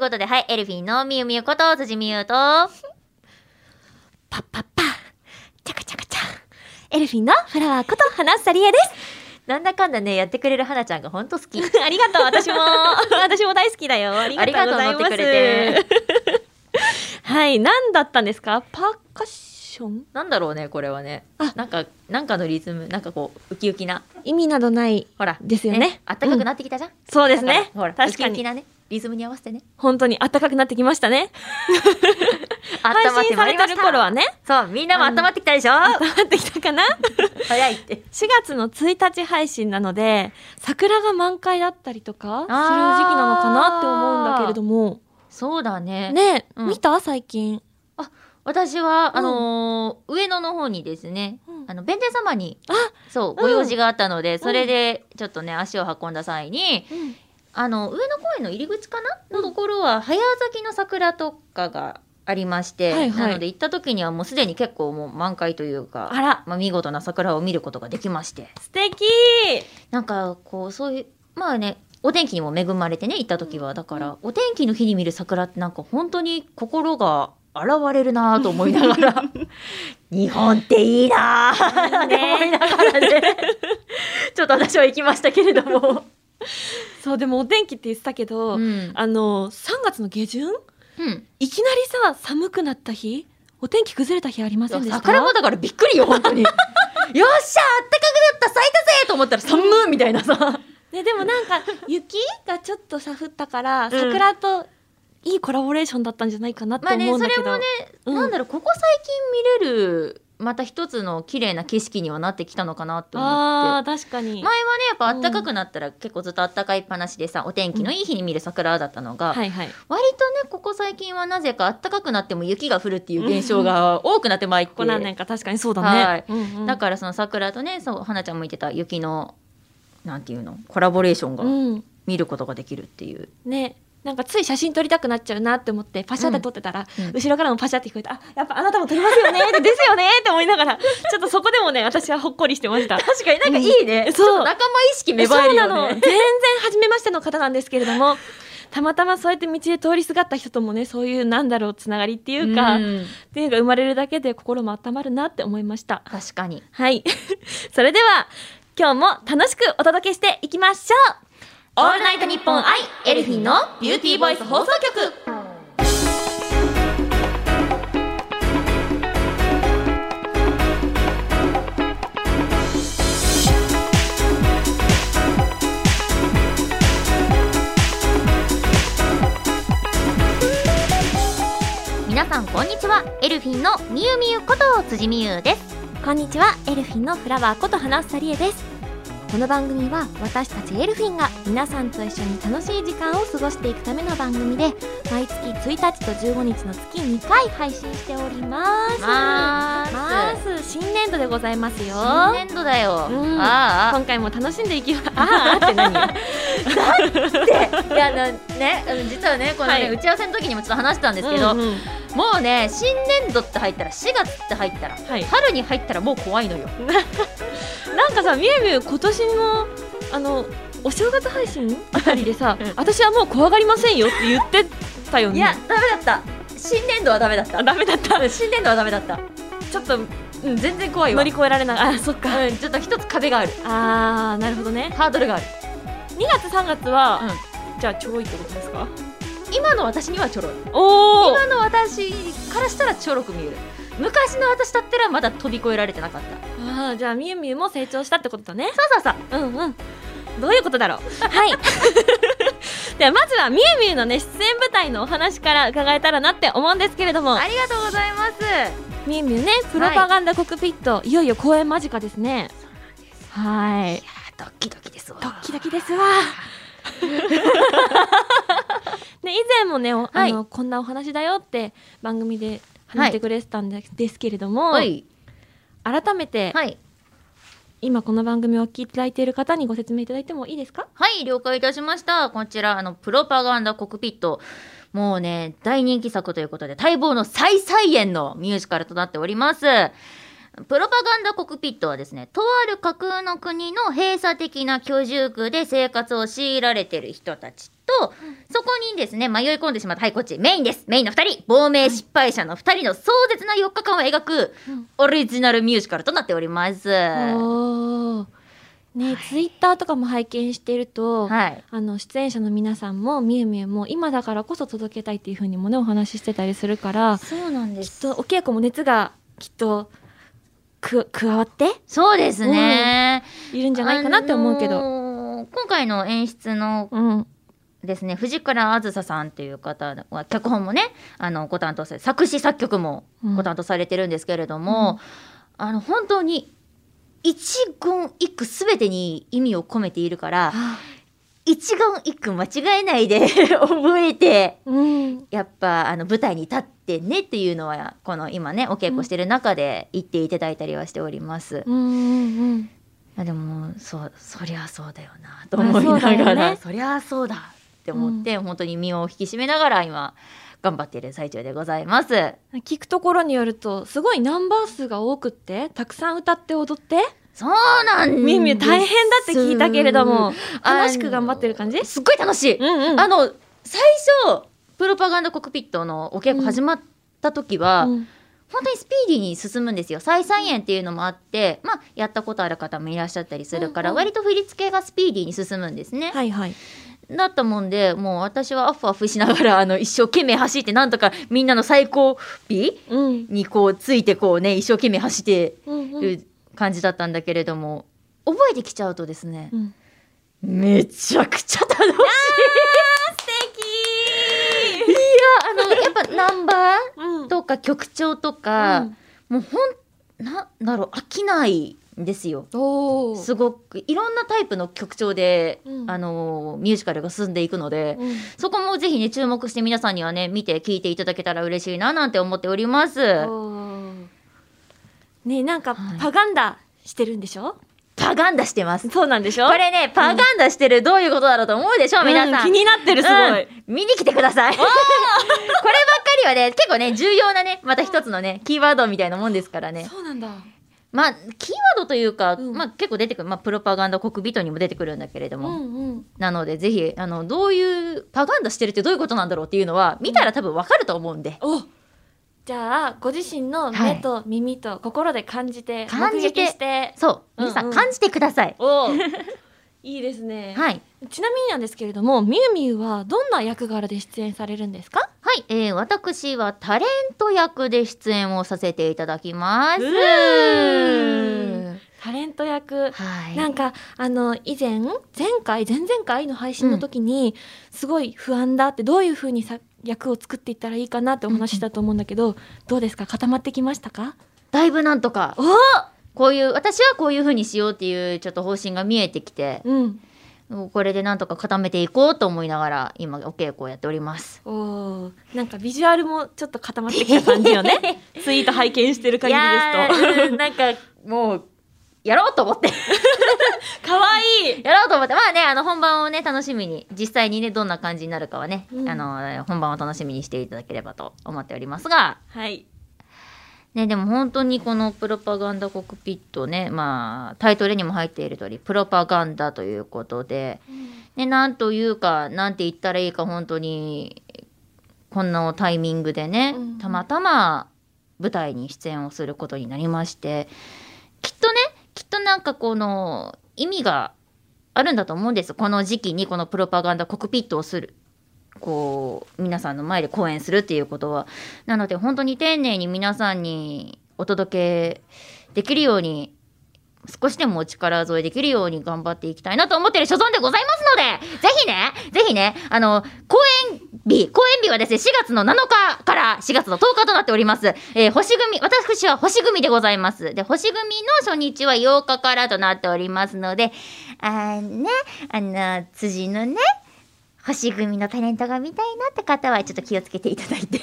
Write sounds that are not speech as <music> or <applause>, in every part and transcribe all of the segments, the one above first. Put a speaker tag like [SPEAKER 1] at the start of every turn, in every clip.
[SPEAKER 1] ことで、はい、エルフィンのみゆみゆこと、辻みゆと、パッパッパ、チャカチャカチャ、エルフィンのフラワーこと、花サリエです。なんだかんだね、やってくれる花ちゃんがほんと好 <laughs> き。
[SPEAKER 2] ありがとう私も私も大好きだよあり
[SPEAKER 1] ありが
[SPEAKER 2] が
[SPEAKER 1] と
[SPEAKER 2] と
[SPEAKER 1] う
[SPEAKER 2] うございます
[SPEAKER 1] 乗ってくれて。
[SPEAKER 2] はい何だったんですかパーカッション
[SPEAKER 1] <laughs> なんだろうね、これはね
[SPEAKER 2] あ。
[SPEAKER 1] なんか、なんかのリズム、なんかこう、ウキウキな。
[SPEAKER 2] 意味などない
[SPEAKER 1] ほら。
[SPEAKER 2] ですよね
[SPEAKER 1] あったかくなってきたじゃん。
[SPEAKER 2] そうですね
[SPEAKER 1] だからほら、
[SPEAKER 2] 確
[SPEAKER 1] 確
[SPEAKER 2] か
[SPEAKER 1] か
[SPEAKER 2] に
[SPEAKER 1] に。なね、リズムに合わせてね。
[SPEAKER 2] 本当に暖かくなってきましたね
[SPEAKER 1] あっ
[SPEAKER 2] 配
[SPEAKER 1] たまっ
[SPEAKER 2] 信
[SPEAKER 1] て
[SPEAKER 2] さ
[SPEAKER 1] まい
[SPEAKER 2] れ
[SPEAKER 1] りま
[SPEAKER 2] て
[SPEAKER 1] し
[SPEAKER 2] る
[SPEAKER 1] た。
[SPEAKER 2] 頃はね
[SPEAKER 1] そう、みんなも温まってきたでしょ
[SPEAKER 2] 暖まってきたかな
[SPEAKER 1] 早いって。
[SPEAKER 2] 4月の1日配信なので桜が満開だったりとかする時期なのかなって思うんだけれども
[SPEAKER 1] そうだね。
[SPEAKER 2] ね、
[SPEAKER 1] うん
[SPEAKER 2] 見た最近
[SPEAKER 1] 私は、
[SPEAKER 2] うん
[SPEAKER 1] あのー上野の方にですね、
[SPEAKER 2] うん
[SPEAKER 1] あの、弁天様に、
[SPEAKER 2] あ
[SPEAKER 1] そう、
[SPEAKER 2] う
[SPEAKER 1] ご
[SPEAKER 2] ん
[SPEAKER 1] 用事があったので、それで、ちょっとね、足を運んだ際に、あの、上野公園の入り口かなのところは、早咲きの桜とかがありまして、
[SPEAKER 2] はいはい
[SPEAKER 1] なので行った時にはもうすでに結構もう満開というか、
[SPEAKER 2] あら
[SPEAKER 1] まあ、見事な桜を見ることができまして、
[SPEAKER 2] 素敵
[SPEAKER 1] なんか、こう、そういう、まあね、お天気にも恵まれてね、行った時は、だから、お天気の日に見る桜ってなんか本当に心が現れるなぁと思いなが <laughs> ら、日本っていいなぁって思いながらね、ちょっと私は行きましたけれども。
[SPEAKER 2] そうでもお天気って言ってたけど、
[SPEAKER 1] うん
[SPEAKER 2] あの3月の下旬
[SPEAKER 1] うん
[SPEAKER 2] いきなりさ寒くなった日お天気崩れた日ありませんでした
[SPEAKER 1] 桜もだからびっくりよ本 <laughs> 当によっしゃあったかくなった咲いたぜと思ったら寒いみたいなさ
[SPEAKER 2] ね、でもなんか <laughs> 雪がちょっとさ降ったから、
[SPEAKER 1] ん
[SPEAKER 2] 桜といいコラボレーションだったんじゃないかなって
[SPEAKER 1] まあね
[SPEAKER 2] 思うん
[SPEAKER 1] そ
[SPEAKER 2] だけ
[SPEAKER 1] れ
[SPEAKER 2] ど、
[SPEAKER 1] もね、
[SPEAKER 2] うん
[SPEAKER 1] なんだろうここ最近見れるまた一つの綺麗な景色にはなってきたのかなと思
[SPEAKER 2] あ
[SPEAKER 1] っ
[SPEAKER 2] ー確か
[SPEAKER 1] て
[SPEAKER 2] に、
[SPEAKER 1] 前はねやっぱ暖かくなったら結構ずっと暖かいっぱなしでさお天気のいい日に見る桜だったのが、
[SPEAKER 2] はいはい
[SPEAKER 1] 割とねここ最近はなぜか暖かくなっても雪が降るっていう現象が多くなってまいって
[SPEAKER 2] ここ何年か確かにそうだ
[SPEAKER 1] はい
[SPEAKER 2] ね、うんうん
[SPEAKER 1] だからその桜とねそう花ちゃんも言ってた雪のなんていうのコラボレーションが
[SPEAKER 2] うん
[SPEAKER 1] 見ることができるっていう、
[SPEAKER 2] ねなんかつい写真撮りたくなっちゃうなって思ってパシャって撮ってたら、
[SPEAKER 1] うんうん
[SPEAKER 2] 後ろからもパシャって聞こえて「あやっぱあなたも撮りますよね」 <laughs> って「ですよね」って思いながらちょっとそこでもね私はほっこりしてました。
[SPEAKER 1] 確かになんかいいね、
[SPEAKER 2] うん
[SPEAKER 1] そう
[SPEAKER 2] そう
[SPEAKER 1] 仲間意識 <laughs> 芽生える
[SPEAKER 2] そうな
[SPEAKER 1] よ
[SPEAKER 2] の
[SPEAKER 1] ね
[SPEAKER 2] 全然初めましての方なんですけれどもたまたまそうやって道で通りすがった人ともねそういうなんだろうつながりっていうか、
[SPEAKER 1] ん
[SPEAKER 2] っていうのが生まれるだけで心も温まるなって思いました
[SPEAKER 1] 確かに
[SPEAKER 2] はい <laughs> それでは今日も楽しくお届けしていきましょう
[SPEAKER 1] 「オールナイトニッポンアイエルフィンのビューティーボイス放送局」皆さんこんにちはエルフィンのみゆみゆこと辻みゆです
[SPEAKER 2] こんにちはエルフィンのフラワーこと花さりえですこの番組は私たちエルフィンが皆さんと一緒に楽しい時間を過ごしていくための番組で毎月1日と15日の月2回配信しております
[SPEAKER 1] ま
[SPEAKER 2] まず新年度でございますよ
[SPEAKER 1] 新年度だよ、
[SPEAKER 2] うん
[SPEAKER 1] ああ
[SPEAKER 2] 今回も楽しんでいきまあーあって何よ
[SPEAKER 1] いやあのねあの実はねこのね、
[SPEAKER 2] はい
[SPEAKER 1] 打ち合わせの時にもちょっと話したんですけど、
[SPEAKER 2] うんうん
[SPEAKER 1] もうね新年度って入ったら4月って入ったら、
[SPEAKER 2] はい
[SPEAKER 1] 春に入ったらもう怖いのよ
[SPEAKER 2] なんかさみゆみゆ今年のあのお正月配信あたりでさ、
[SPEAKER 1] うん
[SPEAKER 2] 私はもう怖がりませんよって言ってたよね
[SPEAKER 1] いやダメだった新年度はダメだった
[SPEAKER 2] あダメだった
[SPEAKER 1] うん新年度はダメだった
[SPEAKER 2] ちょっと
[SPEAKER 1] うん全然怖いわ
[SPEAKER 2] 乗り越えられないあそっか、
[SPEAKER 1] うんちょっと一つ壁がある
[SPEAKER 2] あーなるほどね
[SPEAKER 1] ハードルがある
[SPEAKER 2] 2月3月は、じゃあちょろいってことですか
[SPEAKER 1] 今の私にはちょろい
[SPEAKER 2] おお
[SPEAKER 1] 今の私からしたらちょろく見える昔の私だったらまだ飛び越えられてなかった
[SPEAKER 2] あーじゃあみゆみゆも成長したってことだね
[SPEAKER 1] そうそうそう
[SPEAKER 2] うんうんどういうことだろうはい <laughs> ではまずはみゆみゆのね出演舞台のお話から伺えたらなって思うんですけれども
[SPEAKER 1] ありがとうございます
[SPEAKER 2] みゆみゆねプロパガンダコックピット、い、よいよ公演間近ですねはい
[SPEAKER 1] いやードッキドキですわ
[SPEAKER 2] ドッキドキですわ <laughs> ね以前もねおあの、こんなお話だよって番組で話してくれてたんで,、ですけれども
[SPEAKER 1] はい
[SPEAKER 2] 改めて、
[SPEAKER 1] はい
[SPEAKER 2] 今この番組をお聞きいただいている方にご説明いただいてもいいですか
[SPEAKER 1] はい、了解いたしました。こちら、あの、プロパガンダコクピット。もうね、大人気作ということで、待望の再再演のミュージカルとなっております。プロパガンダコクピットはですね、とある架空の国の閉鎖的な居住区で生活を強いられてる人たちと、そこにですね、迷い込んでしまった、はい、こっち、メインです。メインの二人、亡命失敗者の二人の壮絶な4日間を描く
[SPEAKER 2] うん、
[SPEAKER 1] オリジナルミュージカルとなっております。は
[SPEAKER 2] おーね、
[SPEAKER 1] はい
[SPEAKER 2] ツイッターとかも拝見してると、
[SPEAKER 1] い。
[SPEAKER 2] あの出演者の皆さんもみゆみゆも今だからこそ届けたいっていう風にもねお話ししてたりするから
[SPEAKER 1] そうなんで
[SPEAKER 2] きっとお稽古も熱がきっとく加わって
[SPEAKER 1] そうですね。
[SPEAKER 2] いるんじゃないかなって思うけど、
[SPEAKER 1] あのー今回の演出の
[SPEAKER 2] うん
[SPEAKER 1] ですね、藤倉あずささんという方は脚本もねあのご担当され作詞作曲もご担当されてるんですけれども、あの本当に一言一句すべてに意味を込めているから一言一句間違えないで <laughs> 覚えて
[SPEAKER 2] うん
[SPEAKER 1] やっぱあの舞台に立ってねっていうのはこの今ねお稽古してる中で言っていただいたりはしております。い
[SPEAKER 2] うんうん
[SPEAKER 1] やでもそうそりゃそうだよなと思いな
[SPEAKER 2] まあそうだ
[SPEAKER 1] が
[SPEAKER 2] よ
[SPEAKER 1] ら、
[SPEAKER 2] ね
[SPEAKER 1] そりゃそうだって思って、本当に身を引き締めながら今頑張っている最中でございます。
[SPEAKER 2] うん聞くところによるとすごいナンバー数が多くってたくさん歌って踊って
[SPEAKER 1] そうなんです。
[SPEAKER 2] みゆみゆ大変だって聞いたけれども
[SPEAKER 1] あの
[SPEAKER 2] 楽しく頑張ってる感じ
[SPEAKER 1] すっごい楽しい、
[SPEAKER 2] うんうん
[SPEAKER 1] あの最初プロパガンダコクピットのお稽古始まった時は、
[SPEAKER 2] うん
[SPEAKER 1] 本当にスピーディーに進むんですよ再三演っていうのもあって、まあ、やったことある方もいらっしゃったりするから、
[SPEAKER 2] うんうん
[SPEAKER 1] 割と振り付けがスピーディーに進むんですね、
[SPEAKER 2] はいはい
[SPEAKER 1] だったもんでもう私はアフアフしながら <laughs> あの一生懸命走ってなんとかみんなの最高尾
[SPEAKER 2] うん
[SPEAKER 1] にこうついてこうね一生懸命走って
[SPEAKER 2] うんうん
[SPEAKER 1] る感じだったんだけれども、覚えてきちゃうとですね、
[SPEAKER 2] うん
[SPEAKER 1] めちゃくちゃ楽しい。素敵。いや、あの、やっぱナンバ
[SPEAKER 2] うん
[SPEAKER 1] ーとか曲調とか、もうほん、なんだろう、飽きないんですよ。
[SPEAKER 2] おー
[SPEAKER 1] すごくいろんなタイプの曲調で、
[SPEAKER 2] うん
[SPEAKER 1] あのミュージカルが進んでいくので、
[SPEAKER 2] うん
[SPEAKER 1] そこもぜひね注目して皆さんにはね見て聞いていただけたら嬉しいななんて思っております。
[SPEAKER 2] ねえなんか
[SPEAKER 1] はい
[SPEAKER 2] パガンダしてるんでしょ、
[SPEAKER 1] パガンダしてます。
[SPEAKER 2] そうなんでしょ
[SPEAKER 1] これねパガンダしてるどういうことだろうと思うでしょ、う皆さん。
[SPEAKER 2] 気になってるすごい、
[SPEAKER 1] うん見に来てください <laughs> こればっかりはね結構ね重要なねまた一つのねキーワードみたいなもんですからね
[SPEAKER 2] そうなんだ
[SPEAKER 1] まあキーワードというか、
[SPEAKER 2] うん
[SPEAKER 1] まあ結構出てくる、まあ、プロパガンダ国人にも出てくるんだけれど
[SPEAKER 2] う
[SPEAKER 1] も、
[SPEAKER 2] んうん
[SPEAKER 1] なのでぜひあのどういうパガンダしてるってどういうことなんだろうっていうのは見たら多分わかると思うんで、
[SPEAKER 2] おじゃあご自身の目と耳と心で感じて、
[SPEAKER 1] 感じて
[SPEAKER 2] 目撃して
[SPEAKER 1] そ
[SPEAKER 2] う
[SPEAKER 1] う
[SPEAKER 2] んうん
[SPEAKER 1] 皆さん感じてください、
[SPEAKER 2] おいいですね、
[SPEAKER 1] はい
[SPEAKER 2] ちなみになんですけれどもみゆみゆはどんな役柄で出演されるんですか
[SPEAKER 1] はい、えー私はタレント役で出演をさせていただきます
[SPEAKER 2] うータレント役
[SPEAKER 1] はい
[SPEAKER 2] なんかあの以前前回前々回の配信の時に、すごい不安だってどういうふうにさ役を作っていったらいいかなってお話ししたと思うんだけど、どうですか固まってきましたか
[SPEAKER 1] だいぶなんとか
[SPEAKER 2] お
[SPEAKER 1] こういう私はこういう風にしようっていうちょっと方針が見えてきて
[SPEAKER 2] うん
[SPEAKER 1] これでなんとか固めていこうと思いながら今お稽古をやっております。
[SPEAKER 2] おーなんかビジュアルもちょっと固まってきた感じよ
[SPEAKER 1] <laughs>
[SPEAKER 2] ねツイート拝見してる
[SPEAKER 1] い
[SPEAKER 2] 限り
[SPEAKER 1] や
[SPEAKER 2] です
[SPEAKER 1] ーうんなんかもうやろうと思って <laughs>
[SPEAKER 2] とかわいい
[SPEAKER 1] やろうと思ってまあねあの本番をね楽しみに実際にねどんな感じになるかはね、
[SPEAKER 2] うん
[SPEAKER 1] あの本番を楽しみにしていただければと思っておりますが
[SPEAKER 2] はい
[SPEAKER 1] ねでも本当にこのプロパガンダコクピットねまあタイトルにも入っている通りプロパガンダということで。ね、なんというかなんて言ったらいいか本当にこんなタイミングでね、
[SPEAKER 2] うん
[SPEAKER 1] たまたま舞台に出演をすることになりましてきっとねきっとなんかこの意味があるんだと思うんですこの時期にこのプロパガンダコクピットをするこう皆さんの前で公演するっていうことはなので本当に丁寧に皆さんにお届けできるように少しでもお力添えできるように頑張っていきたいなと思っている所存でございますので、ぜひね、ぜひね、あの、公演日、公演日はですね、4月の7日から4月の10日となっております。えー星組、私は星組でございます。で、星組の初日は8日からとなっておりますので、あーね、あの、辻のね、星組のタレントが見たいなって方はちょっと気をつけていただいて、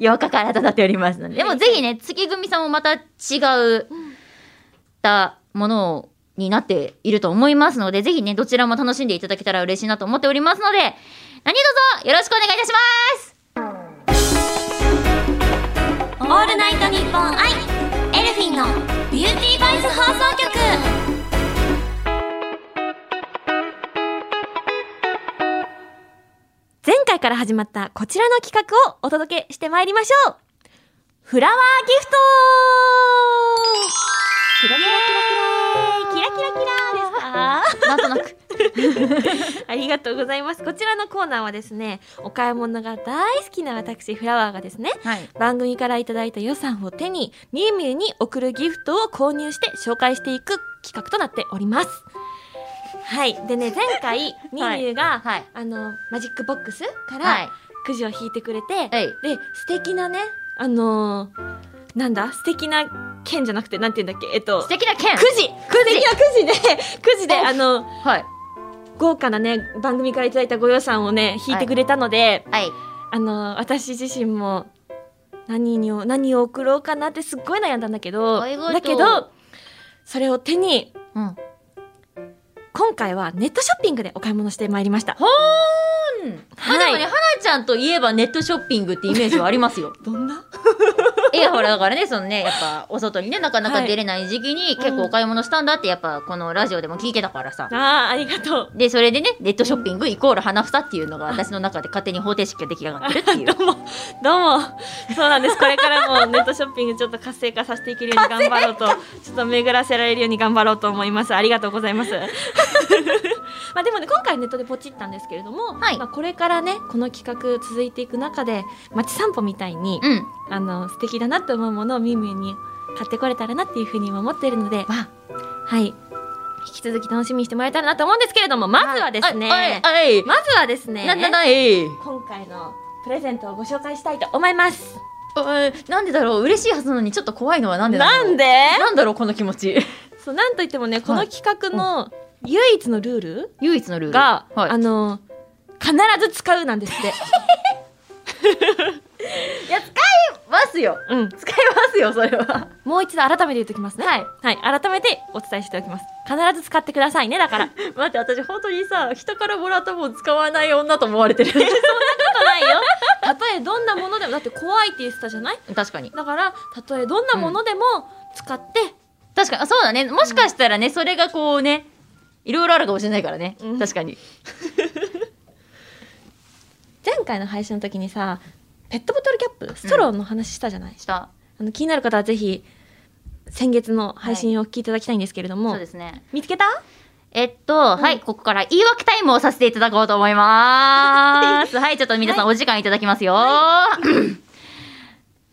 [SPEAKER 1] 8日からとなっておりますので、でもぜひね、月組さんもまた違う、ったものになっていると思いますので、ぜひね、どちらも楽しんでいただけたら嬉しいなと思っておりますので、何卒よろしくお願いいたします
[SPEAKER 2] オールナイトニッポンアイエルフィンのンス放送局前回から始まったこちらの企画をお届けしてまいりましょうフラワーギフトキラキラキラキラキラキラキラです
[SPEAKER 1] なんとなく
[SPEAKER 2] かありがとうございますこちらのコーナーはですねお買い物が大好きな私フラワーがですね
[SPEAKER 1] はい
[SPEAKER 2] 番組からいただいた予算を手にみゆみゆに送るギフトを購入して紹介していく企画となっておりますはいでね前回みゆみゆが、
[SPEAKER 1] はい
[SPEAKER 2] あのマジックボックスか
[SPEAKER 1] は
[SPEAKER 2] ら
[SPEAKER 1] い
[SPEAKER 2] くじを引いてくれて、
[SPEAKER 1] はい
[SPEAKER 2] で素敵なねあのーなんだ素敵な剣じゃなくてなんて言うんだっけえっと
[SPEAKER 1] 素敵な剣
[SPEAKER 2] くじ素敵なくじで <laughs> くじであの
[SPEAKER 1] はい
[SPEAKER 2] 豪華なね番組からいただいたご予算をね引いてくれたので、
[SPEAKER 1] はい
[SPEAKER 2] あの私自身も何にを何を送ろうかなってすっごい悩んだんだけど
[SPEAKER 1] ありがとう
[SPEAKER 2] だけどそれを手に
[SPEAKER 1] うんほ
[SPEAKER 2] 今回はネットショッピングでお買い物してまいりました
[SPEAKER 1] ーんま
[SPEAKER 2] は
[SPEAKER 1] あ
[SPEAKER 2] い
[SPEAKER 1] でもね、はなちゃんといえばネットショッピングってイメージはあります <laughs> よ。
[SPEAKER 2] どんない
[SPEAKER 1] や、ほら、だからね、そのね、やっぱ、お外にね、なかなか出れない時期に、結構お買い物したんだって、やっぱ、このラジオでも聞いてたからさ。
[SPEAKER 2] あーありがとう
[SPEAKER 1] で、それでね、ネットショッピングイコール花房っていうのが、私の中で勝手に方程式が出来上がってるっていう。
[SPEAKER 2] どうもどうもそうなんですこれからもネットショッピングちょっと活性化させていけるように頑張ろうとちょっと巡らせられるように頑張ろうと思いますありがとうございます <laughs> まあでもね今回ネットでポチったんですけれども、
[SPEAKER 1] はい
[SPEAKER 2] まあ、これからねこの企画続いていく中で街散歩みたいに、
[SPEAKER 1] <laughs> うん。
[SPEAKER 2] あの素敵だなと思うものをみみに買ってこれたらなっていうふうに今思っているので、
[SPEAKER 1] わ
[SPEAKER 2] はい、引き続き楽しみにしてもらえたらなと思うんですけれどもまずはですね、
[SPEAKER 1] はい、はい。
[SPEAKER 2] まずはですね
[SPEAKER 1] なんだない。
[SPEAKER 2] 今回のプレゼントをご紹介したいと思います
[SPEAKER 1] うんなんでだろう嬉しいはずなのに、ちょっと怖いのはなんでだろ
[SPEAKER 2] な
[SPEAKER 1] う
[SPEAKER 2] んで
[SPEAKER 1] なんだろうこの気持ち。
[SPEAKER 2] そうなんといってもねこの企画の唯一のルール
[SPEAKER 1] <laughs> 唯一のルール。
[SPEAKER 2] が、
[SPEAKER 1] はい
[SPEAKER 2] あの必ず使うなんですって、
[SPEAKER 1] いや、使いますよ。
[SPEAKER 2] <laughs> うん、
[SPEAKER 1] 使いますよ、それは。
[SPEAKER 2] もう一度改めて言っておきますねはい、改めてお伝えしておきます必ず使ってくださいねだ <laughs> からそんなこ
[SPEAKER 1] 待って、私、本当にさ、人からもらったもん使わない女と思われてる。
[SPEAKER 2] とないよたとえどんなものでもだって怖いって言ってたじゃない
[SPEAKER 1] <laughs> 確かに。
[SPEAKER 2] だからたとえどんなものでも使って、
[SPEAKER 1] 確かにあそうだねもしかしたらね、それがこうねいろいろあるかもしれないからね、
[SPEAKER 2] うん
[SPEAKER 1] 確かに
[SPEAKER 2] 前回の配信の時にさペットボトルキャップストローの話したじゃない、
[SPEAKER 1] した
[SPEAKER 2] あの気になる方はぜひ先月の配信をお聞きいただきたいんですけれども、
[SPEAKER 1] そうですね
[SPEAKER 2] 見つけた
[SPEAKER 1] えっ
[SPEAKER 2] ん
[SPEAKER 1] と、はいここから言い訳タイムをさせていただこうと思いま
[SPEAKER 2] <laughs>
[SPEAKER 1] すはいちょっと皆さんお時間いただきますよ、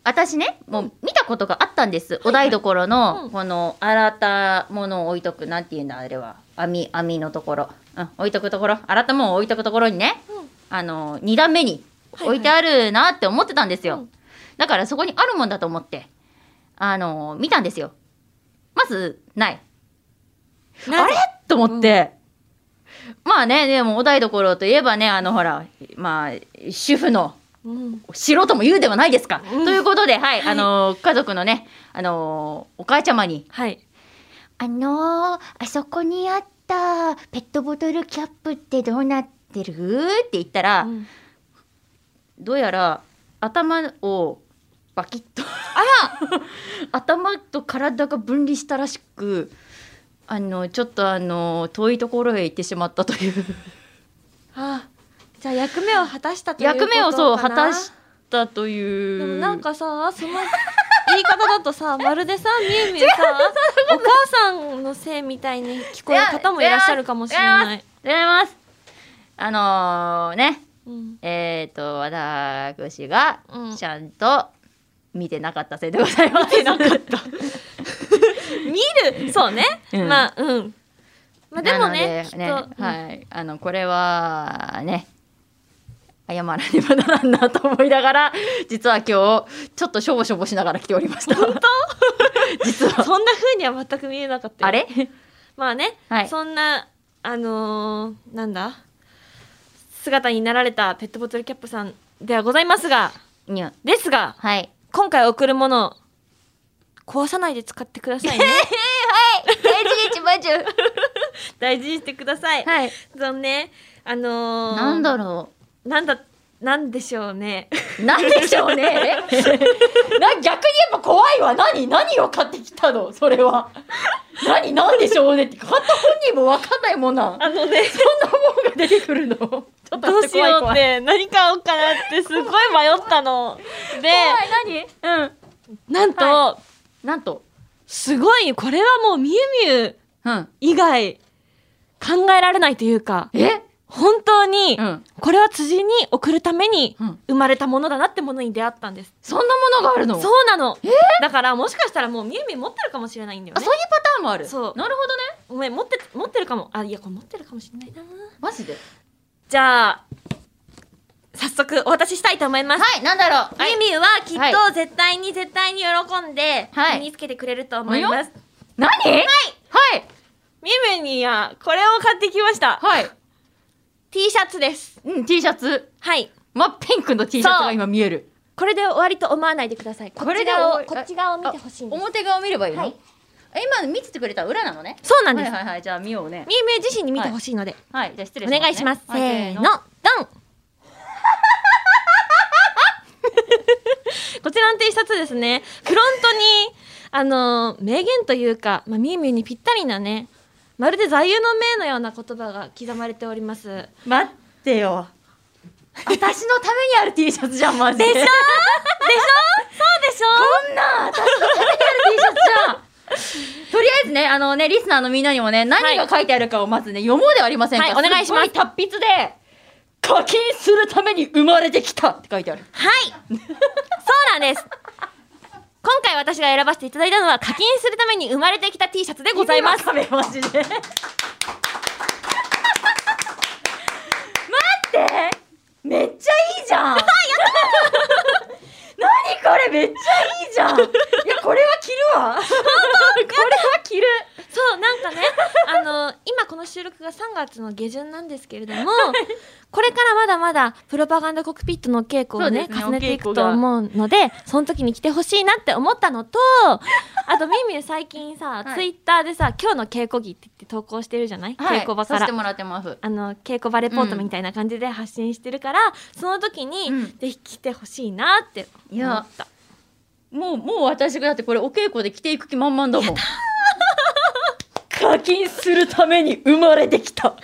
[SPEAKER 1] 私ねもう見たことがあったんです、お台所
[SPEAKER 2] うん
[SPEAKER 1] のこの洗ったものを置いとくなんていうんだあれは網網のところ、うん、置いとくところ洗ったものを置いとくところにねあの2段目に
[SPEAKER 2] はいはい
[SPEAKER 1] 置いてあるなって思ってたんですよ、
[SPEAKER 2] うん
[SPEAKER 1] だからそこにあるもんだと思ってあの見たんですよまずないあれと思って、まあねでもお台所といえばねあのほらまあ主婦の
[SPEAKER 2] うん、
[SPEAKER 1] 素人も言うではないですか、
[SPEAKER 2] うん
[SPEAKER 1] ということではい、
[SPEAKER 2] はい
[SPEAKER 1] あの家族のねあのお母ちゃまに
[SPEAKER 2] はい
[SPEAKER 1] あのー、あそこにあったペットボトルキャップってどうなってるって言ったら、
[SPEAKER 2] うん
[SPEAKER 1] どうやら頭をバキッと <laughs> 頭と体が分離したらしくあのちょっとあの遠いところへ行ってしまったという
[SPEAKER 2] あじゃあ役目を果たしたということ
[SPEAKER 1] 役
[SPEAKER 2] かな
[SPEAKER 1] 目をそう果たしたという
[SPEAKER 2] でもなんかさその言い方だと
[SPEAKER 1] <laughs>
[SPEAKER 2] さまるでさみゆみゆさお母さんのせいみたいに聞こえる方もいらっしゃるかもしれない。
[SPEAKER 1] ありがとうございますあのーね
[SPEAKER 2] うん
[SPEAKER 1] えっ、と私が
[SPEAKER 2] うん
[SPEAKER 1] ちゃんと見てなかったせいでございます、見てなかった
[SPEAKER 2] 見るそうね、
[SPEAKER 1] うん
[SPEAKER 2] まあうんまあでもねきっと、
[SPEAKER 1] なので
[SPEAKER 2] うん
[SPEAKER 1] はい、あのこれはね謝らねばならんなと思いながら実は今日ちょっとしょぼしょぼしながら来ておりました本当実は
[SPEAKER 2] そんな風には全く見えなかったよ
[SPEAKER 1] あれ
[SPEAKER 2] まあね、
[SPEAKER 1] はい
[SPEAKER 2] そんなあのーなんだ姿になられたペットボトルキャップさんではございますが
[SPEAKER 1] にゃ
[SPEAKER 2] ですが
[SPEAKER 1] はい
[SPEAKER 2] 今回送るもの壊さないで使ってくだ
[SPEAKER 1] <laughs>
[SPEAKER 2] さいね
[SPEAKER 1] 大事にちまち
[SPEAKER 2] 大事にしてください、
[SPEAKER 1] はい
[SPEAKER 2] そのねあのー
[SPEAKER 1] なんだろ
[SPEAKER 2] なんだ
[SPEAKER 3] なんでしょう
[SPEAKER 1] <laughs>
[SPEAKER 3] ね
[SPEAKER 1] なんでしょうね
[SPEAKER 2] <laughs>
[SPEAKER 1] な逆に言えば怖いわ何何を買ってきたのそれは何なんでしょうねって買った本人も分かんないもん
[SPEAKER 2] <laughs>
[SPEAKER 1] なん
[SPEAKER 2] あのね
[SPEAKER 1] そんなもんが出てくるのちょっ
[SPEAKER 2] ど
[SPEAKER 1] と
[SPEAKER 2] う
[SPEAKER 1] 待って
[SPEAKER 2] しようっ
[SPEAKER 1] 怖い怖い
[SPEAKER 2] て何買おうかなってすごい迷ったの。で、
[SPEAKER 1] 怖い
[SPEAKER 2] うん、なんと、
[SPEAKER 1] は何なんと
[SPEAKER 2] すごいこれはもうみゆみゆ
[SPEAKER 1] うん
[SPEAKER 2] 以外考えられないというか
[SPEAKER 1] え
[SPEAKER 2] 本当に
[SPEAKER 1] ん
[SPEAKER 2] これは辻に送るために
[SPEAKER 1] うん
[SPEAKER 2] 生まれたものだなってものに出会ったんです。
[SPEAKER 1] そんなものがあるの
[SPEAKER 2] そうなの、だからもしかしたらもうみゆみゆ持ってるかもしれないんだよ
[SPEAKER 1] あ
[SPEAKER 2] ね
[SPEAKER 1] そういうパターンもある
[SPEAKER 2] そう
[SPEAKER 1] なるほどね
[SPEAKER 2] お前持って持ってるかもあいやこれ持ってるかもしれないな
[SPEAKER 1] マジで
[SPEAKER 2] じゃあ早速お渡ししたいと思います
[SPEAKER 1] はいなんだろう
[SPEAKER 2] ミ
[SPEAKER 1] はい
[SPEAKER 2] ュウミュウはきっ
[SPEAKER 1] は
[SPEAKER 2] と絶対に絶対に喜んで
[SPEAKER 1] はい
[SPEAKER 2] 身につけてくれると思います。
[SPEAKER 1] 何はいはい
[SPEAKER 2] ミュウミュウにはこれを買ってきました。
[SPEAKER 1] はい
[SPEAKER 2] T シャツです。
[SPEAKER 1] うん T シャツ
[SPEAKER 2] はい。
[SPEAKER 1] 真っピンクの T シャツが今見える
[SPEAKER 2] これで終わりと思わないでください。こっち側を
[SPEAKER 1] こ
[SPEAKER 2] こ
[SPEAKER 1] れで終わり
[SPEAKER 2] っち側を見てほしいんです。
[SPEAKER 1] 表側を見ればいいの
[SPEAKER 2] はい
[SPEAKER 1] え今見ててくれた裏なのね
[SPEAKER 2] そうなん
[SPEAKER 1] は
[SPEAKER 2] で
[SPEAKER 1] い
[SPEAKER 2] す。ミュ
[SPEAKER 1] はいはいじゃあ見ようね
[SPEAKER 2] ウミュウ自身に見てほしいので、
[SPEAKER 1] はいじゃあ失礼
[SPEAKER 2] お願いします。
[SPEAKER 1] ね
[SPEAKER 2] せーの、ドン。 <laughs> こちらの T シャツですね。フロントにあの名言というか、まあミュウミュウにぴったりなね。まるで座右の銘のような言葉が刻まれております。
[SPEAKER 1] 待ってよ私のためにある T シャツじゃんマジで
[SPEAKER 2] でしょでしょそうでしょ
[SPEAKER 1] こんなん私のためにある T シャツじゃんとりあえずねあのねリスナーのみんなにもね何が書いてあるかをまずね読もうではありませんか
[SPEAKER 2] はいお願いします
[SPEAKER 1] ご達筆で課金するために生まれてきたって書いてある
[SPEAKER 2] はい。そうなんです。今回私が選ばせていただいたのは課金するために生まれてきた T シャツでございます。
[SPEAKER 1] 意味わかんないマジで待ってめっちゃいい
[SPEAKER 2] <laughs>
[SPEAKER 1] じゃんやった何これめっちゃいいじゃんいやこれは着る
[SPEAKER 2] <laughs>
[SPEAKER 1] わこれは着る
[SPEAKER 2] そう、なんかね、 <laughs> あの、今この収録が3月の下旬なんですけれども、これからまだまだプロパガンダコックピットのお稽古をね、
[SPEAKER 1] そうですね
[SPEAKER 2] 重ねてい
[SPEAKER 1] お稽古
[SPEAKER 2] く
[SPEAKER 1] が
[SPEAKER 2] と思うので、その時に来てほしいなって思った
[SPEAKER 1] <laughs>
[SPEAKER 2] のと、あと、みゆみゆ最近さ、
[SPEAKER 1] はい
[SPEAKER 2] ツイッターでさ、今日の稽古着って言って投稿してるじゃない、稽古場から
[SPEAKER 1] させて。もらってます
[SPEAKER 2] あの稽古場レポートみたいな感じで発信してるから、その時に、
[SPEAKER 1] うん
[SPEAKER 2] ぜひ来てほしいなって
[SPEAKER 1] い
[SPEAKER 2] 思
[SPEAKER 1] や
[SPEAKER 2] った
[SPEAKER 1] もうもう私がだってこれお稽古で着ていく気満々だもん課金するために生まれてきた <laughs>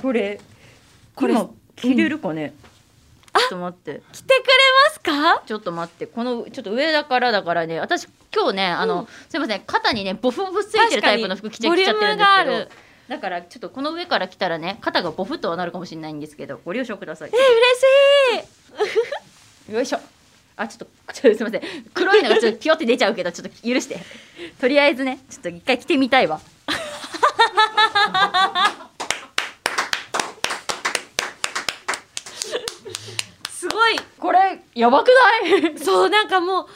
[SPEAKER 1] これこ
[SPEAKER 2] こ
[SPEAKER 1] れ
[SPEAKER 2] れ
[SPEAKER 1] 今着れるかね、ちょっと待って
[SPEAKER 2] 来てくれますか
[SPEAKER 1] ちょっと待ってこのちょっと上だからだからね私今日ねあの、すいません肩にねボフボフついてるタイプの服着ちゃ
[SPEAKER 2] 確か
[SPEAKER 1] 着
[SPEAKER 2] に
[SPEAKER 1] ちゃってるんで
[SPEAKER 2] ボリュームがあ
[SPEAKER 1] す
[SPEAKER 2] る
[SPEAKER 1] けどだからちょっとこの上から着たらね肩がボフっとはなるかもしれないんですけどご了承ください
[SPEAKER 2] え嬉しい
[SPEAKER 1] よいしょあちょっと <laughs> ちょっとすみません黒いのがちょっとピヨって出ちゃうけどちょっと許してとりあえずねちょっと一回着てみたいわ
[SPEAKER 2] すごい
[SPEAKER 1] これやばくない
[SPEAKER 2] そうなんかもう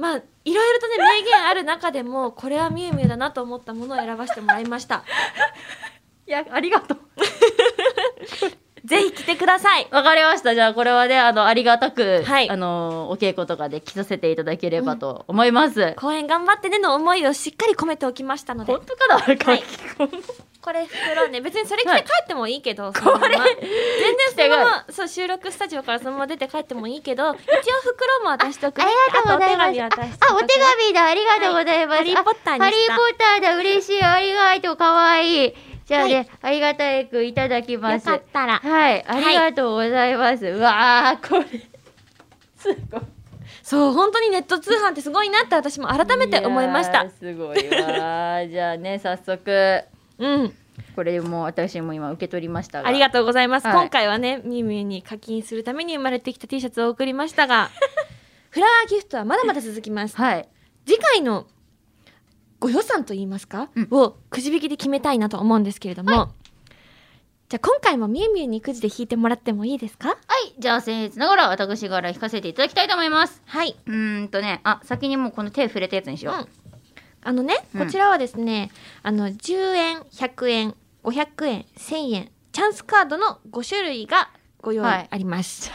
[SPEAKER 2] まあいろいろとね名言ある中でもこれはみゆみゆだなと思ったものを選ばせてもらいました
[SPEAKER 1] <laughs> いやありがとう
[SPEAKER 2] ぜひ来てください
[SPEAKER 1] わかりましたじゃあこれはねあのありがたく、
[SPEAKER 2] はい
[SPEAKER 1] あのお稽古とかで着させていただければと思います、
[SPEAKER 2] 公演頑張ってねの思いをしっかり込めておきましたので
[SPEAKER 1] 本当かな、はい、
[SPEAKER 2] はいこれ袋ね別にそれ着て帰ってもいいけど、そのまま
[SPEAKER 1] これ
[SPEAKER 2] 全然そのままそう収録スタジオからそのまま出て帰ってもいいけど一応袋も渡しとくね
[SPEAKER 1] あありがとうございま
[SPEAKER 2] あとお手
[SPEAKER 1] す
[SPEAKER 2] 紙渡しとく
[SPEAKER 1] あ、お手紙だ。ありがとうござい
[SPEAKER 2] は
[SPEAKER 1] ます。
[SPEAKER 2] いハリーポッターにした
[SPEAKER 1] あハリーポッターだ。嬉しい。ありがとう。かわいい。じゃあね、
[SPEAKER 2] は
[SPEAKER 1] ありがたくいただきま
[SPEAKER 2] よ
[SPEAKER 1] す。
[SPEAKER 2] かったら
[SPEAKER 1] はい、あ
[SPEAKER 2] い
[SPEAKER 1] りがとうございます。うわー、これ。すごい。
[SPEAKER 2] そう本当にネット通販ってすごいなって私も改めて思いまし
[SPEAKER 1] や
[SPEAKER 2] た
[SPEAKER 1] ーすごいわー。じゃあね、早速。
[SPEAKER 2] うん
[SPEAKER 1] これも私も今受け取りましたが。
[SPEAKER 2] ありがとうございます、
[SPEAKER 1] はい
[SPEAKER 2] 今回はねみゆみゆに課金するために生まれてきた T シャツを送りましたが <laughs> フラワーギフトはまだまだ続きます
[SPEAKER 1] はい。
[SPEAKER 2] 次回のご予算といいますか、
[SPEAKER 1] うん
[SPEAKER 2] をくじ引きで決めたいなと思うんですけれども、じゃあ今回もみゆみゆにくじで引いてもらってもいいですか
[SPEAKER 1] はい、じゃあ僭越ながら私から引かせていただきたいと思います。
[SPEAKER 2] はい、
[SPEAKER 1] うーんとね、あ、先にもうこの手触れたやつにしよう。
[SPEAKER 2] うんあのね
[SPEAKER 1] うん
[SPEAKER 2] こちらはですね、あの10円100円500円1000円チャンスカードの5種類がご用意
[SPEAKER 1] はい
[SPEAKER 2] あります、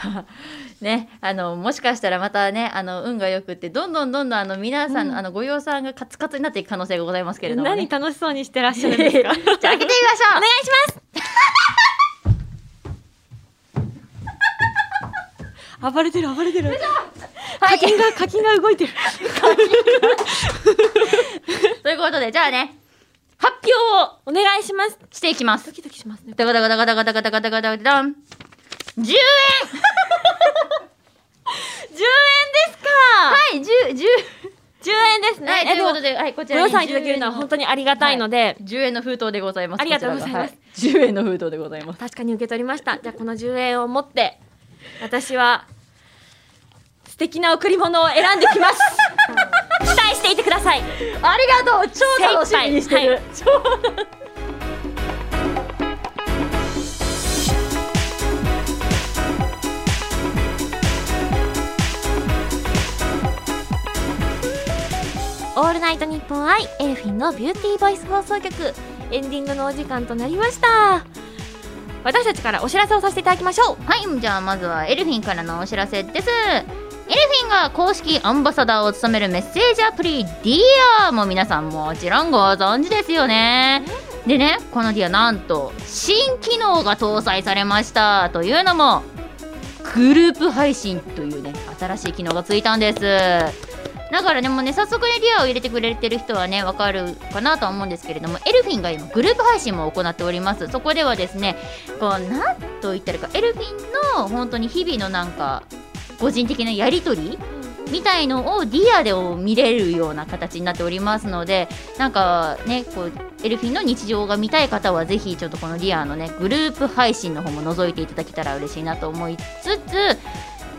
[SPEAKER 1] ね、あのもしかしたらまたねあの運がよくってどんどんどんどんあの皆さんの、
[SPEAKER 2] うん
[SPEAKER 1] あのご養さんがカツカツになっていく可能性がございますけれども、
[SPEAKER 2] 何
[SPEAKER 1] ね、
[SPEAKER 2] 楽しそう
[SPEAKER 4] <laughs>
[SPEAKER 2] にしてらっしゃるん
[SPEAKER 1] <laughs> じ
[SPEAKER 2] です
[SPEAKER 1] ゃ
[SPEAKER 2] か
[SPEAKER 1] あ開
[SPEAKER 2] お願
[SPEAKER 1] けてみましょう
[SPEAKER 2] いしま
[SPEAKER 4] <laughs>
[SPEAKER 2] す
[SPEAKER 4] 暴れてる暴れてる課金が課金が動いてる
[SPEAKER 1] ということで、じゃあね、発表を
[SPEAKER 4] お願いします
[SPEAKER 1] していきます
[SPEAKER 4] ド。キドキしますね
[SPEAKER 1] ダガダガダガダガダガダガダガダダン。10円
[SPEAKER 4] 10円ですか
[SPEAKER 1] はい、10、
[SPEAKER 4] 10円です
[SPEAKER 1] 10。
[SPEAKER 4] ね、
[SPEAKER 1] はい、と
[SPEAKER 4] え
[SPEAKER 1] い
[SPEAKER 4] で
[SPEAKER 1] う
[SPEAKER 4] も
[SPEAKER 1] ことで、はい、こち
[SPEAKER 4] ご
[SPEAKER 1] ら
[SPEAKER 4] 予
[SPEAKER 1] に
[SPEAKER 4] 算いただけるのは本当にありがたいので、
[SPEAKER 1] 10円の封筒でございます。
[SPEAKER 4] ありがとうございます
[SPEAKER 1] こちらが。はい10円の封筒でございます。
[SPEAKER 4] 確かに受け取りましたじゃあこの10円を持って私は素敵な贈り物を選んでき <laughs> ます期待していてください
[SPEAKER 1] ありがとう超楽しみにしてる、
[SPEAKER 4] はい
[SPEAKER 1] 超
[SPEAKER 2] オールナイトニッポンアイエルフィンのビューティーボイス放送局エンディングのお時間となりました
[SPEAKER 4] 私たちからお知らせをさせていただきましょう
[SPEAKER 1] はい、じゃあまずはエルフィンからのお知らせです。エルフィンが公式アンバサダーを務めるメッセージアプリ Dear も皆さんもちろんご存知ですよね。でね、この Dear なんと新機能が搭載されました。というのも、グループ配信というね、新しい機能がついたんです。だからね、もうね、早速ね、ディアを入れてくれてる人はね、わかるかなとは思うんですけれども、エルフィンが今、グループ配信も行っております。そこではですね、こう、なと言ったらいいかエルフィンの本当に日々のなんか個人的なやり取りみたいのをディアでを見れるような形になっておりますのでなんかねこうエルフィンの日常が見たい方はぜひちょっとこのディアのねグループ配信の方も覗いていただけたら嬉しいなと思いつつ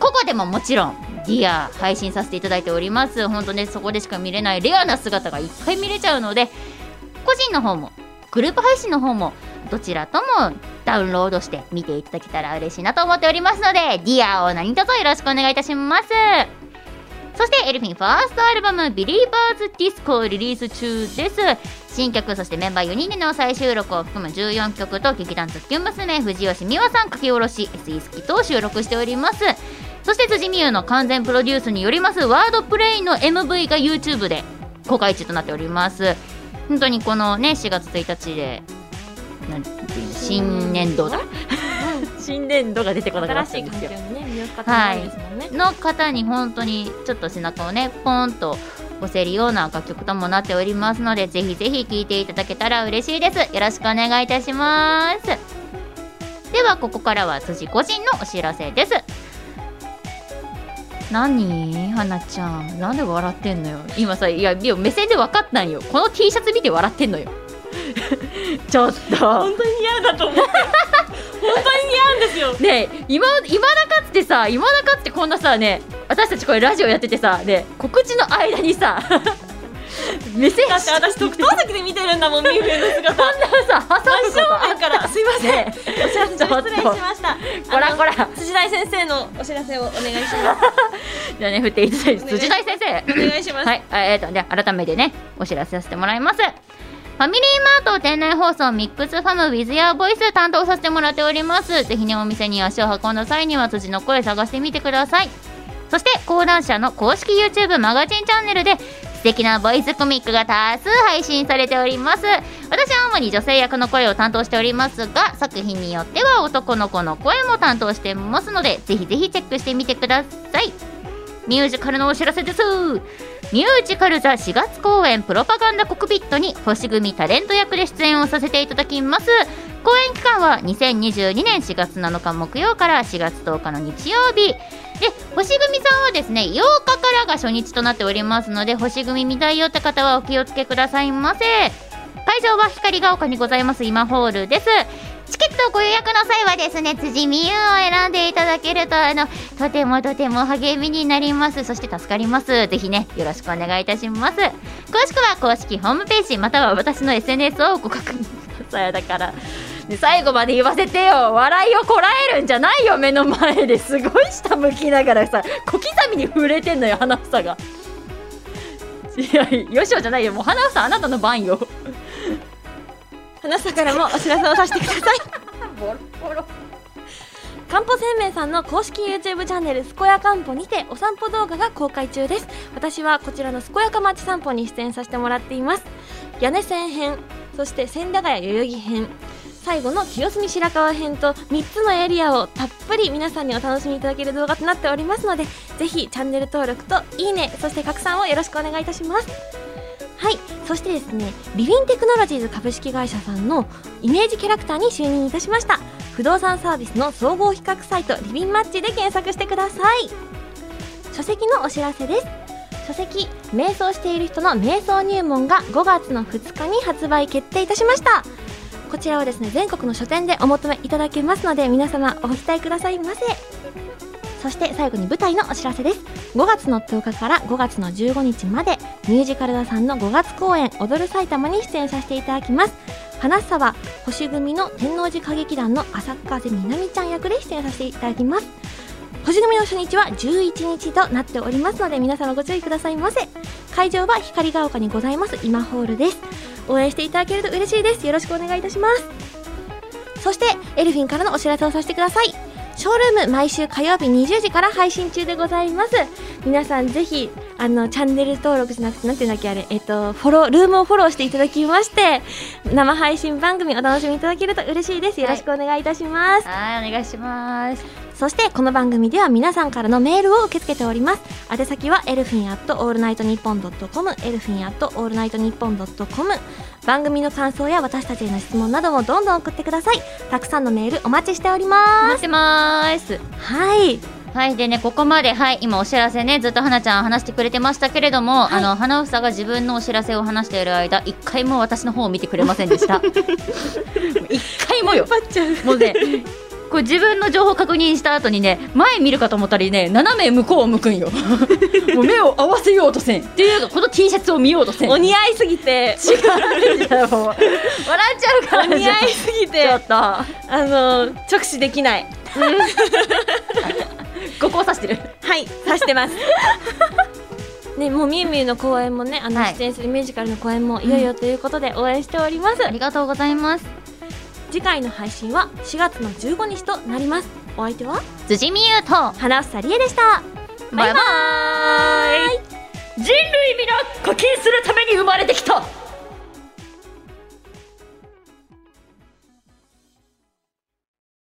[SPEAKER 1] ここでももちろんディア配信させていただいております本当ねそこでしか見れないレアな姿がいっぱい見れちゃうので個人の方もグループ配信の方もどちらともダウンロードして見ていただけたら嬉しいなと思っておりますので、ディアを何卒よろしくお願いいたします。そして、エルフィンファーストアルバム、ビリーバーズディスコをリリース中です。新曲、そしてメンバー4人での再収録を含む14曲と、劇団ズッキュン娘、藤吉美和さん書き下ろし、SE スキと収録しております。そして、辻美優の完全プロデュースによります、ワードプレイの MV が YouTube で公開中となっております。本当にこのね、4月1日で、なんていうの新年度だ。新年度が出てこなくな
[SPEAKER 4] 新
[SPEAKER 1] っ
[SPEAKER 4] したい
[SPEAKER 1] んで
[SPEAKER 4] 環境
[SPEAKER 1] すよ。
[SPEAKER 4] にね身を固めるんですもんね、
[SPEAKER 1] の方に本当にちょっと背中をねポンと押せるような楽曲ともなっておりますのでぜひぜひ聴いていただけたら嬉しいですよろしくお願いいたしますではここからは辻個人のお知らせです何花ちゃんなんで笑ってんのよ今さいやいや目線で分かったんよこの T シャツ見て笑ってんのよ <laughs> ちょっと
[SPEAKER 4] 本当に似合うだと思って本当に似合うんですよ
[SPEAKER 1] ねえ今今だかつてさ今だかつてこんなさね私たちこれラジオやっててさね告知の間にさ <laughs> 目線
[SPEAKER 4] だって私特等席で見てるんだもんミーフ
[SPEAKER 2] <laughs>
[SPEAKER 4] の姿
[SPEAKER 1] こんなさ挟むことあ
[SPEAKER 4] 真正面からすいません、
[SPEAKER 1] ねえ
[SPEAKER 4] お知らせ
[SPEAKER 1] ちょっと
[SPEAKER 4] 失礼しました
[SPEAKER 1] こらこら
[SPEAKER 4] あの辻大先生のお知らせをお願いします
[SPEAKER 1] じゃあね振っていただいて
[SPEAKER 4] お願い
[SPEAKER 1] 辻大先生
[SPEAKER 4] お願いします、
[SPEAKER 1] はい、あえっ、と、じゃあ改めてね、お知らせさせてもらいます。ファミリーマート店内放送ミックスファム with your voice 担当させてもらっております。ぜひね、お店に足を運んだ際には辻の声探してみてください。そして、講談社の公式 YouTube マガジンチャンネルで、素敵なボイスコミックが多数配信されております。私は主に女性役の声を担当しておりますが、作品によっては男の子の声も担当してますので、ぜひぜひチェックしてみてください。ミュージカルのお知らせです。ミュージカル座4月公演プロパガンダコクピットに星組タレント役で出演をさせていただきます公演期間は2022年4月7日木曜から4月10日の日曜日で星組さんはですね8日からが初日となっておりますので星組見たいよって方はお気をつけくださいませ会場は光が丘にございます今ホールですチケットご予約の際はですね辻美優を選んでいただけるとあのとてもとても励みになりますそして助かりますぜひねよろしくお願いいたします詳しくは公式ホームページまたは私の SNS をご確認くださいだから、ね、最後まで言わせてよ笑いをこらえるんじゃないよ目の前ですごい下向きながらさ小刻みに触れてんのよ花房がいやよしおじゃないよもう花房あなたの番よ
[SPEAKER 4] 花さからもお知らせをさせてください
[SPEAKER 1] ボロボロ
[SPEAKER 4] かんぽ生命さんの公式 YouTube チャンネル「すこやかんぽ」にてお散歩動画が公開中です私はこちらの「すこやか町散歩」に出演させてもらっています屋根線編そして千駄ヶ谷代々木編
[SPEAKER 2] 最後の清澄白河編と3つのエリアをたっぷり皆さんにお楽しみいただける動画となっておりますのでぜひチャンネル登録といいねそして拡散をよろしくお願いいたしますはいそしてですねリフィンテクノロジーズ株式会社さんのイメージキャラクターに就任いたしました不動産サービスの総合比較サイトリビンマッチで検索してください書籍のお知らせです書籍「瞑想している人の瞑想入門」が5月の2日に発売決定いたしましたこちらはですね全国の書店でお求めいただけますので皆様お期待くださいませそして最後に舞台のお知らせです5月の10日から5月の15日までミュージカル座さんの5月公演「踊る埼玉」に出演させていただきます花沢星組の天王寺歌劇団の浅風みなみちゃん役で出演させていただきます星組の初日は11日となっておりますので皆様ご注意くださいませ会場は光が丘にございます今ホールです応援していただけると嬉しいですよろしくお願いいたしますそしてエルフィンからのお知らせをさせてくださいショールーム毎週火曜日20時から配信中でございます皆さんぜひあのチャンネル登録しなくてなんていうんだっけあれえっとフォロールームをフォローしていただきまして生配信番組お楽しみいただけると嬉しいですよろしくお願いいたします、
[SPEAKER 1] はいお願いします
[SPEAKER 2] そしてこの番組では皆さんからのメールを受け付けております宛先はエルフィンアットオールナイトニッポンドットコムエルフィンアットオールナイトニッポンドットコム番組の感想や私たちへの質問などもどんどん送ってくださいたくさんのメールお待ちしておりま
[SPEAKER 1] 待ってます
[SPEAKER 2] すはい
[SPEAKER 1] はいでねここまではい今お知らせねずっと花ちゃん話してくれてましたけれども、
[SPEAKER 2] はい
[SPEAKER 1] あの花房が自分のお知らせを話している間一回も私の方を見てくれませんでした <laughs> 一回もよ
[SPEAKER 2] っちゃう
[SPEAKER 1] もうねこう自分の情報確認した後にね前見るかと思ったりね斜め向こうを向くん <laughs> よもう目を合わせようとせんっていうかこの T シャツを見ようとせん
[SPEAKER 2] お
[SPEAKER 1] 違
[SPEAKER 2] 似合いすぎて
[SPEAKER 1] うんだよ笑っちゃうか
[SPEAKER 2] お
[SPEAKER 1] ら
[SPEAKER 2] 似合いすぎて
[SPEAKER 1] ちょ
[SPEAKER 2] あ
[SPEAKER 1] っと
[SPEAKER 2] の直視できない
[SPEAKER 1] ここを指してる
[SPEAKER 2] はい指してますね、もうみゆみゆの公演もねあの
[SPEAKER 1] はい
[SPEAKER 2] 出演するミュージカルの公演もいよいよということで応援しております、
[SPEAKER 1] ありがとうございます
[SPEAKER 2] 次回の配信は4月の15日となりますお相手は
[SPEAKER 1] 辻美優と
[SPEAKER 2] 花房理恵でした
[SPEAKER 1] バイバイ人類皆課金するために生まれてきた